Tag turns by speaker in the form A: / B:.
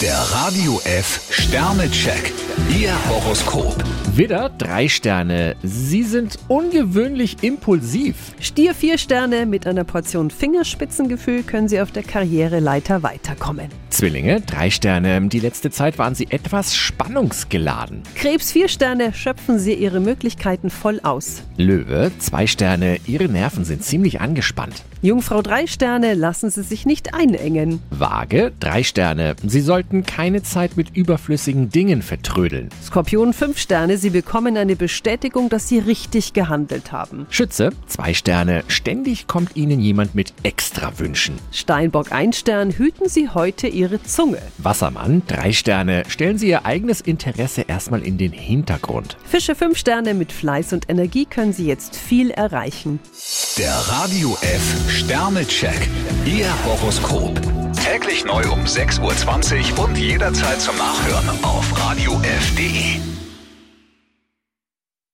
A: Der Radio F Sternecheck. Ihr Horoskop.
B: Widder, drei Sterne. Sie sind ungewöhnlich impulsiv.
C: Stier vier Sterne, mit einer Portion Fingerspitzengefühl können Sie auf der Karriereleiter weiterkommen.
B: Zwillinge, drei Sterne. Die letzte Zeit waren Sie etwas spannungsgeladen.
C: Krebs vier Sterne, schöpfen Sie Ihre Möglichkeiten voll aus.
B: Löwe, zwei Sterne. Ihre Nerven sind ziemlich angespannt.
C: Jungfrau drei Sterne, lassen Sie sich nicht einengen.
B: Waage, drei Sterne. Sie sollten keine Zeit mit überflüssigen Dingen vertrödeln.
C: Skorpion fünf Sterne, Sie bekommen eine Bestätigung, dass Sie richtig gehandelt haben.
B: Schütze, zwei Sterne. Ständig kommt Ihnen jemand mit Extrawünschen.
C: Steinbock ein Stern, hüten Sie heute Ihre Zunge.
B: Wassermann, drei Sterne. Stellen Sie Ihr eigenes Interesse erstmal in den Hintergrund.
C: Fische fünf Sterne, mit Fleiß und Energie können Sie jetzt viel erreichen.
A: Der Radio F Sternecheck. Ihr Horoskop. Täglich neu um 6.20 Uhr und jederzeit zum Nachhören auf Radio radiof.de.